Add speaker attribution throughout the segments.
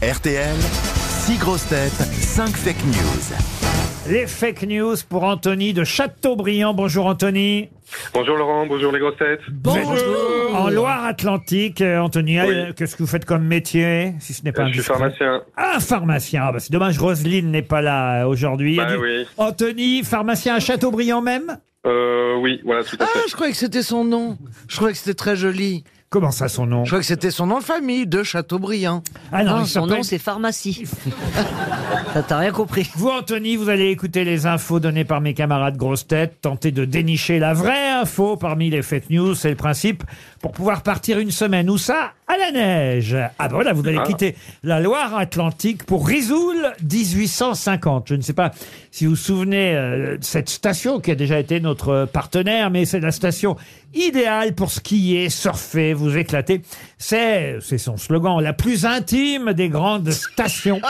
Speaker 1: RTL, 6 grosses têtes, 5 fake news.
Speaker 2: Les fake news pour Anthony de Châteaubriand. Bonjour Anthony.
Speaker 3: Bonjour Laurent, bonjour les grosses têtes.
Speaker 2: Bonjour. En Loire-Atlantique, euh, Anthony, euh, qu'est-ce que vous faites comme métier Si ce n'est pas
Speaker 3: Euh,
Speaker 2: un
Speaker 3: je suis pharmacien.
Speaker 2: Ah, pharmacien. Ah, bah, c'est dommage, Roselyne n'est pas là euh, aujourd'hui.
Speaker 3: Bah
Speaker 2: Elle dit-
Speaker 3: oui.
Speaker 2: Anthony, pharmacien à Châteaubriand même
Speaker 3: Euh, oui, voilà, tout à
Speaker 4: Ah,
Speaker 3: fait.
Speaker 4: je croyais que c'était son nom. Je croyais que c'était très joli.
Speaker 2: Comment ça son nom
Speaker 4: Je croyais que c'était son nom de famille, de Chateaubriand.
Speaker 2: Ah non,
Speaker 5: Non,
Speaker 2: il
Speaker 5: son
Speaker 2: s'appelle-
Speaker 5: nom, c'est pharmacie. Ça T'as rien compris.
Speaker 2: Vous, Anthony, vous allez écouter les infos données par mes camarades grosses têtes, tenter de dénicher la vraie info parmi les fake news, c'est le principe, pour pouvoir partir une semaine ou ça à la neige. Ah ben voilà, vous allez
Speaker 3: Ah.
Speaker 2: quitter la Loire-Atlantique pour Risoul 1850. Je ne sais pas si vous vous souvenez euh, de cette station qui a déjà été notre partenaire, mais c'est la station idéale pour skier, surfer, vous éclater. C'est, c'est son slogan, la plus intime des grandes stations.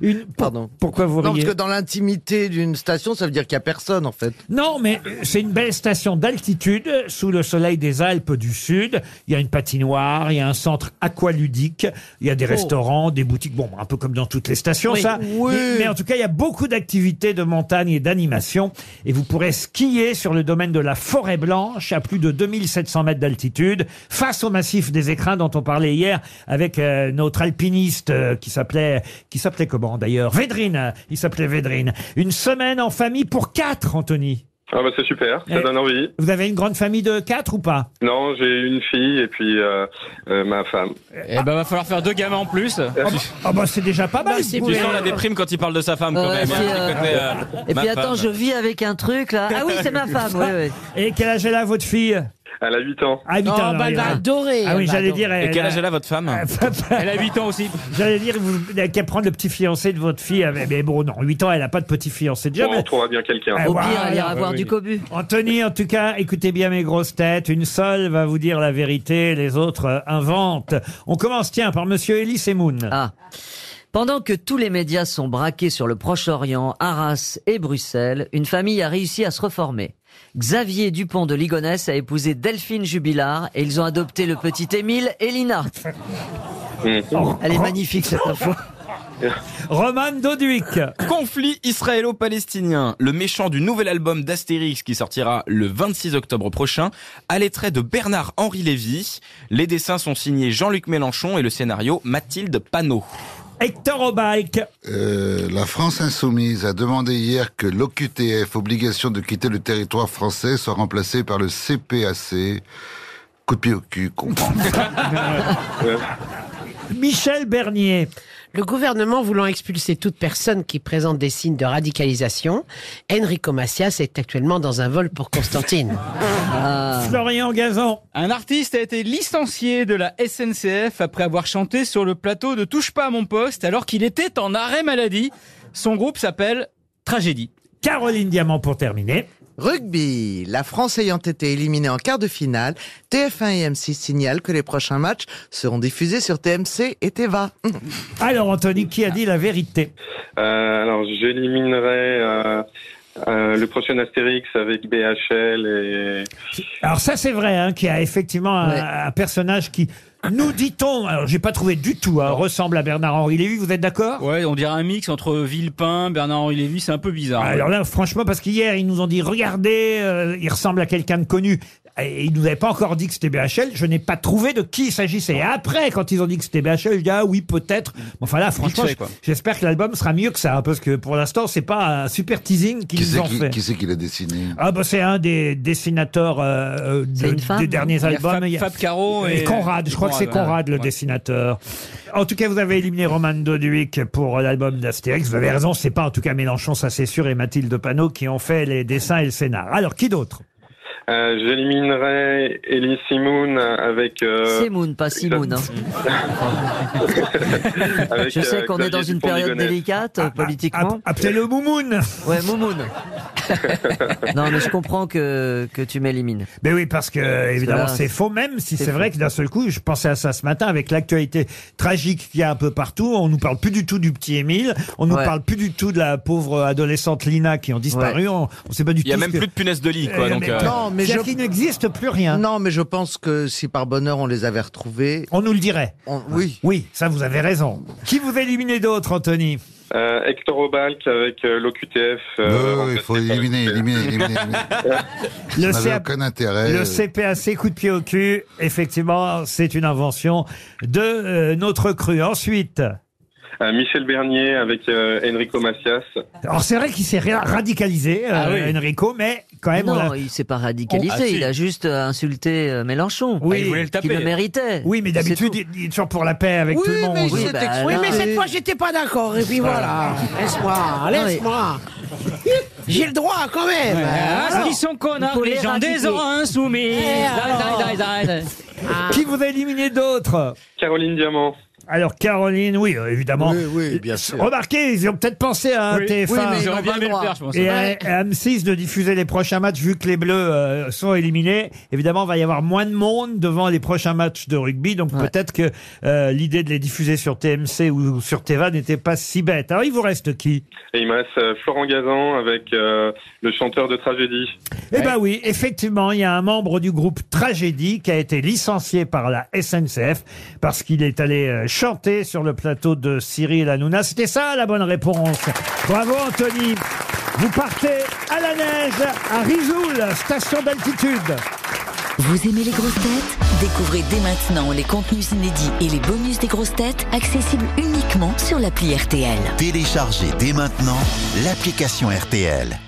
Speaker 2: Une,
Speaker 4: Pardon.
Speaker 2: Pourquoi vous
Speaker 4: Non, parce
Speaker 2: riez
Speaker 4: que dans l'intimité d'une station, ça veut dire qu'il n'y a personne, en fait.
Speaker 2: non, mais c'est une belle station d'altitude sous le soleil des Alpes du Sud. Il y a une patinoire, il y a un centre aqualudique, il y a des restaurants, des boutiques, bon, un peu comme dans toutes les stations,
Speaker 5: Oui.
Speaker 2: ça.
Speaker 4: Oui.
Speaker 2: Mais, mais en tout cas, il y a beaucoup d'activités de montagne et d'animation. Et vous pourrez skier sur le domaine de la Forêt Blanche à plus de 2700 mètres d'altitude, face au massif des écrins dont on parlait hier avec euh, notre alpiniste euh, qui s'appelait, qui s'appelait comment d'ailleurs? Védrine. euh, Il s'appelait Védrine. Une semaine en famille pour quatre, Anthony.
Speaker 3: Ah bah c'est super, ça
Speaker 2: Eh.
Speaker 3: donne envie.
Speaker 2: Vous avez une grande famille de quatre ou pas
Speaker 3: Non, j'ai une fille et puis euh, euh, ma femme.
Speaker 6: Eh ben, va falloir faire deux gamins en plus.
Speaker 2: Ah bah- ah bah c'est déjà pas mal.
Speaker 5: Bah, c'est
Speaker 2: vous
Speaker 6: Tu
Speaker 2: pouvez-
Speaker 6: sens la déprime quand il parle de sa femme, quand
Speaker 5: Ouais,
Speaker 6: même.
Speaker 5: puis,
Speaker 6: hein,
Speaker 5: euh,
Speaker 6: du côté, euh,
Speaker 5: Et
Speaker 6: ma
Speaker 5: puis attends,
Speaker 6: femme.
Speaker 5: je vis avec un truc là. Ah oui, c'est ma femme. Oui, oui.
Speaker 2: Et quel âge elle a votre fille
Speaker 3: Elle a 8 ans.
Speaker 2: Ah huit ans. alors,
Speaker 5: bah, elle va
Speaker 2: elle-
Speaker 5: adorer.
Speaker 2: Ah oui,
Speaker 5: elle va
Speaker 2: j'allais
Speaker 5: adorer.
Speaker 2: dire.
Speaker 6: Et quel
Speaker 2: a-
Speaker 6: âge elle a votre femme Elle a 8 ans aussi.
Speaker 2: J'allais dire, vous n'avez qu'à prendre le petit fiancé de votre fille. Mais mais bon, non, 8 ans, elle n'a pas de petit fiancé déjà.
Speaker 3: Bon,
Speaker 2: mais-
Speaker 3: on trouvera bien quelqu'un.
Speaker 2: Ah,
Speaker 5: Au
Speaker 2: Voilà.
Speaker 5: pire, elle ira voir
Speaker 6: Oui,
Speaker 5: du
Speaker 6: oui.
Speaker 5: cobu.
Speaker 2: Anthony, en tout cas, écoutez bien mes grosses têtes. Une seule va vous dire la vérité, les autres euh, inventent. On commence, tiens, par Monsieur Elie Semoun.
Speaker 5: Ah. Pendant que tous les médias sont braqués sur le Proche-Orient, Arras et Bruxelles, une famille a réussi à se reformer. Xavier Dupont de Ligonnès a épousé Delphine Jubilard et ils ont adopté le petit Émile et Lina.
Speaker 3: Mhm.
Speaker 5: Elle est magnifique cette info.
Speaker 2: Roman Doduic.
Speaker 6: Conflit israélo-palestinien. Le méchant du nouvel album d'Astérix qui sortira le 26 octobre prochain a les traits de Bernard-Henri Lévy. Les dessins sont signés Jean-Luc Mélenchon et le scénario Mathilde Panot.
Speaker 2: Hector Obalk.
Speaker 7: Euh, la France insoumise a demandé hier que l'OQTF, obligation de quitter le territoire français, soit remplacée par le CPAC. Coup de pied au cul, comprends.
Speaker 2: Michel Bernier.
Speaker 8: Le gouvernement voulant expulser toute personne qui présente des signes de radicalisation, Enrico Macias est actuellement dans un vol pour Constantine.
Speaker 2: Florian Gazan.
Speaker 9: Un artiste a été licencié de la SNCF après avoir chanté sur le plateau de Touche pas à mon poste alors qu'il était en arrêt maladie. Son groupe s'appelle Tragédie.
Speaker 2: Caroline Diamant pour terminer.
Speaker 4: Rugby. La France ayant été éliminée en quart de finale, TF1 et M6 signalent que les prochains matchs seront diffusés sur TMC et Teva.
Speaker 2: Alors, Anthony, qui a dit la vérité
Speaker 3: Euh, alors j'éliminerai euh, euh, le prochain Astérix avec BHL et...
Speaker 2: Alors ça c'est vrai, hein, qu'il y a effectivement un,
Speaker 5: Ouais.
Speaker 2: un personnage qui, nous dit-on, alors j'ai pas trouvé du tout, hein, ressemble à Bernard-Henri Lévy, vous êtes d'accord
Speaker 9: Ouais, on dirait un mix entre Villepin, Bernard-Henri Lévy, c'est un peu bizarre.
Speaker 2: Alors là franchement, parce qu'hier ils nous ont dit, regardez, euh, il ressemble à quelqu'un de connu. Et ils nous avaient pas encore dit que c'était BHL, je n'ai pas trouvé de qui il s'agissait. Et Après, quand ils ont dit que c'était BHL, je dis ah oui peut-être. Mais Enfin là, franchement,
Speaker 9: fait,
Speaker 2: j-
Speaker 9: quoi.
Speaker 2: j'espère que l'album sera mieux que ça, hein, parce que pour l'instant c'est pas un super teasing
Speaker 7: qui
Speaker 2: qu'ils nous
Speaker 7: c'est
Speaker 2: ont
Speaker 7: qui,
Speaker 2: fait.
Speaker 7: qui c'est qui l'a dessiné
Speaker 2: Ah bah c'est un des dessinateurs euh, euh, de-
Speaker 5: C'est une femme
Speaker 2: des derniers
Speaker 9: Il y a
Speaker 2: albums.
Speaker 9: Fab,
Speaker 2: Il y a-
Speaker 9: Fab Caro et,
Speaker 2: Et Conrad, je crois que c'est Conrad le
Speaker 9: ouais.
Speaker 2: dessinateur. En tout cas, vous avez éliminé Roman Doduic pour l'album d'Astérix. Vous avez raison, c'est pas en tout cas Mélenchon, ça c'est sûr, et Mathilde Panot qui ont fait les dessins et le scénar. Alors, qui d'autre
Speaker 3: Euh, j'éliminerai Elie Simoun avec... euh,
Speaker 5: C'est Moon, pas Simoun. hein.
Speaker 3: avec,
Speaker 5: Je sais
Speaker 3: euh,
Speaker 5: qu'on
Speaker 3: Xavier
Speaker 5: est dans
Speaker 3: Dupont-Ligonnès.
Speaker 5: une
Speaker 6: Ah,
Speaker 2: Ah,
Speaker 5: période délicate euh, politiquement.
Speaker 2: App- Appelez-le Moumoun
Speaker 5: Ouais, Moumoun. Non, mais je comprends que, que tu m'élimines.
Speaker 2: Mais oui, parce que évidemment
Speaker 5: que là,
Speaker 2: c'est faux, même si
Speaker 5: c'est
Speaker 2: c'est vrai
Speaker 5: faux.
Speaker 2: que d'un seul coup, je pensais à ça ce matin avec l'actualité tragique qu'il y a un peu partout. On nous parle plus du tout du petit Émile, on nous
Speaker 5: Ouais.
Speaker 2: parle plus du tout de la pauvre adolescente Lina qui ont disparu. On, on sait pas du
Speaker 6: Il y a
Speaker 2: tout. Eh,
Speaker 6: même plus de punaises de lit, quoi. Donc, euh,
Speaker 4: Non, mais je-
Speaker 2: qui n'existe plus rien.
Speaker 4: Non, mais je pense que si par bonheur on les avait retrouvés,
Speaker 2: On nous le dirait.
Speaker 4: on- oui.
Speaker 2: Oui, ça vous avez raison. Qui vous éliminez d'autres, Anthony
Speaker 3: Euh, Hector Obalk avec euh, l'OQTF. euh,
Speaker 7: Euh, il faut
Speaker 3: remplacé par
Speaker 7: éliminer,
Speaker 3: l'OQTF.
Speaker 7: éliminer, éliminer. éliminer.
Speaker 2: le,
Speaker 7: Ça n'avait
Speaker 2: CAP
Speaker 7: aucun intérêt.
Speaker 2: le CPAC, coup de pied au cul, effectivement, c'est une invention de euh, notre cru. Ensuite,
Speaker 3: Euh, Michel Bernier avec euh, Enrico Macias.
Speaker 2: alors c'est vrai qu'il s'est ra- radicalisé, euh,
Speaker 9: Ah oui.
Speaker 2: Enrico, mais quand même... on a-
Speaker 5: non, il s'est pas radicalisé,
Speaker 9: On- Ah, si.
Speaker 5: il a juste euh, insulté euh, Mélenchon.
Speaker 2: Oui. Ah, il
Speaker 9: voulait le
Speaker 5: Qui le
Speaker 9: taper.
Speaker 5: méritait.
Speaker 2: Oui, mais
Speaker 5: C'est
Speaker 2: d'habitude,
Speaker 5: tout.
Speaker 2: il il est toujours pour la paix avec
Speaker 4: Oui,
Speaker 2: tout le monde.
Speaker 4: mais
Speaker 5: Oui,
Speaker 4: il s'est
Speaker 5: bah,
Speaker 4: exprimé.
Speaker 5: là-
Speaker 4: mais cette fois,
Speaker 8: j'étais pas d'accord, et puis voilà. Laisse-moi,
Speaker 5: laisse-moi.
Speaker 8: J'ai le droit quand même.
Speaker 9: Ah, qui sont connards,
Speaker 5: Il faut
Speaker 9: les
Speaker 5: les
Speaker 9: gens des
Speaker 5: éradiquer.
Speaker 8: Eh,
Speaker 9: insoumis. Daï, daï, daï, daï.
Speaker 8: Ah.
Speaker 2: Qui vous a éliminé d'autres
Speaker 3: Caroline Diamant.
Speaker 2: Alors, Caroline, oui, euh, évidemment.
Speaker 4: Oui, oui, bien sûr.
Speaker 2: Remarquez, ils ont peut-être pensé à un
Speaker 9: Oui.
Speaker 2: TF1.
Speaker 4: Oui, mais ils
Speaker 9: J'aurais
Speaker 4: ont
Speaker 9: bien
Speaker 4: pas
Speaker 9: aimé
Speaker 4: le
Speaker 9: le
Speaker 4: droit.
Speaker 9: faire, je pense.
Speaker 2: Et à, à M6 de diffuser les prochains matchs, vu que les Bleus euh, sont éliminés, évidemment, il va y avoir moins de monde devant les prochains matchs de rugby. Donc
Speaker 5: Ouais.
Speaker 2: peut-être que euh, l'idée de les diffuser sur TMC ou sur Teva n'était pas si bête. Alors il vous reste qui
Speaker 3: Et il me reste euh, Florent Gazan avec euh, le chanteur de tragédie.
Speaker 2: Eh ben oui, effectivement, il y a un membre du groupe Tragédie qui a été licencié par la SNCF parce qu'il est allé euh, chanter sur le plateau de Cyril Hanouna. C'était ça la bonne réponse. Bravo Anthony. Vous partez à la neige à Rizoul, station d'altitude.
Speaker 10: Vous aimez les grosses têtes Découvrez dès maintenant les contenus inédits et les bonus des grosses têtes accessibles uniquement sur l'appli RTL.
Speaker 1: Téléchargez dès maintenant l'application RTL.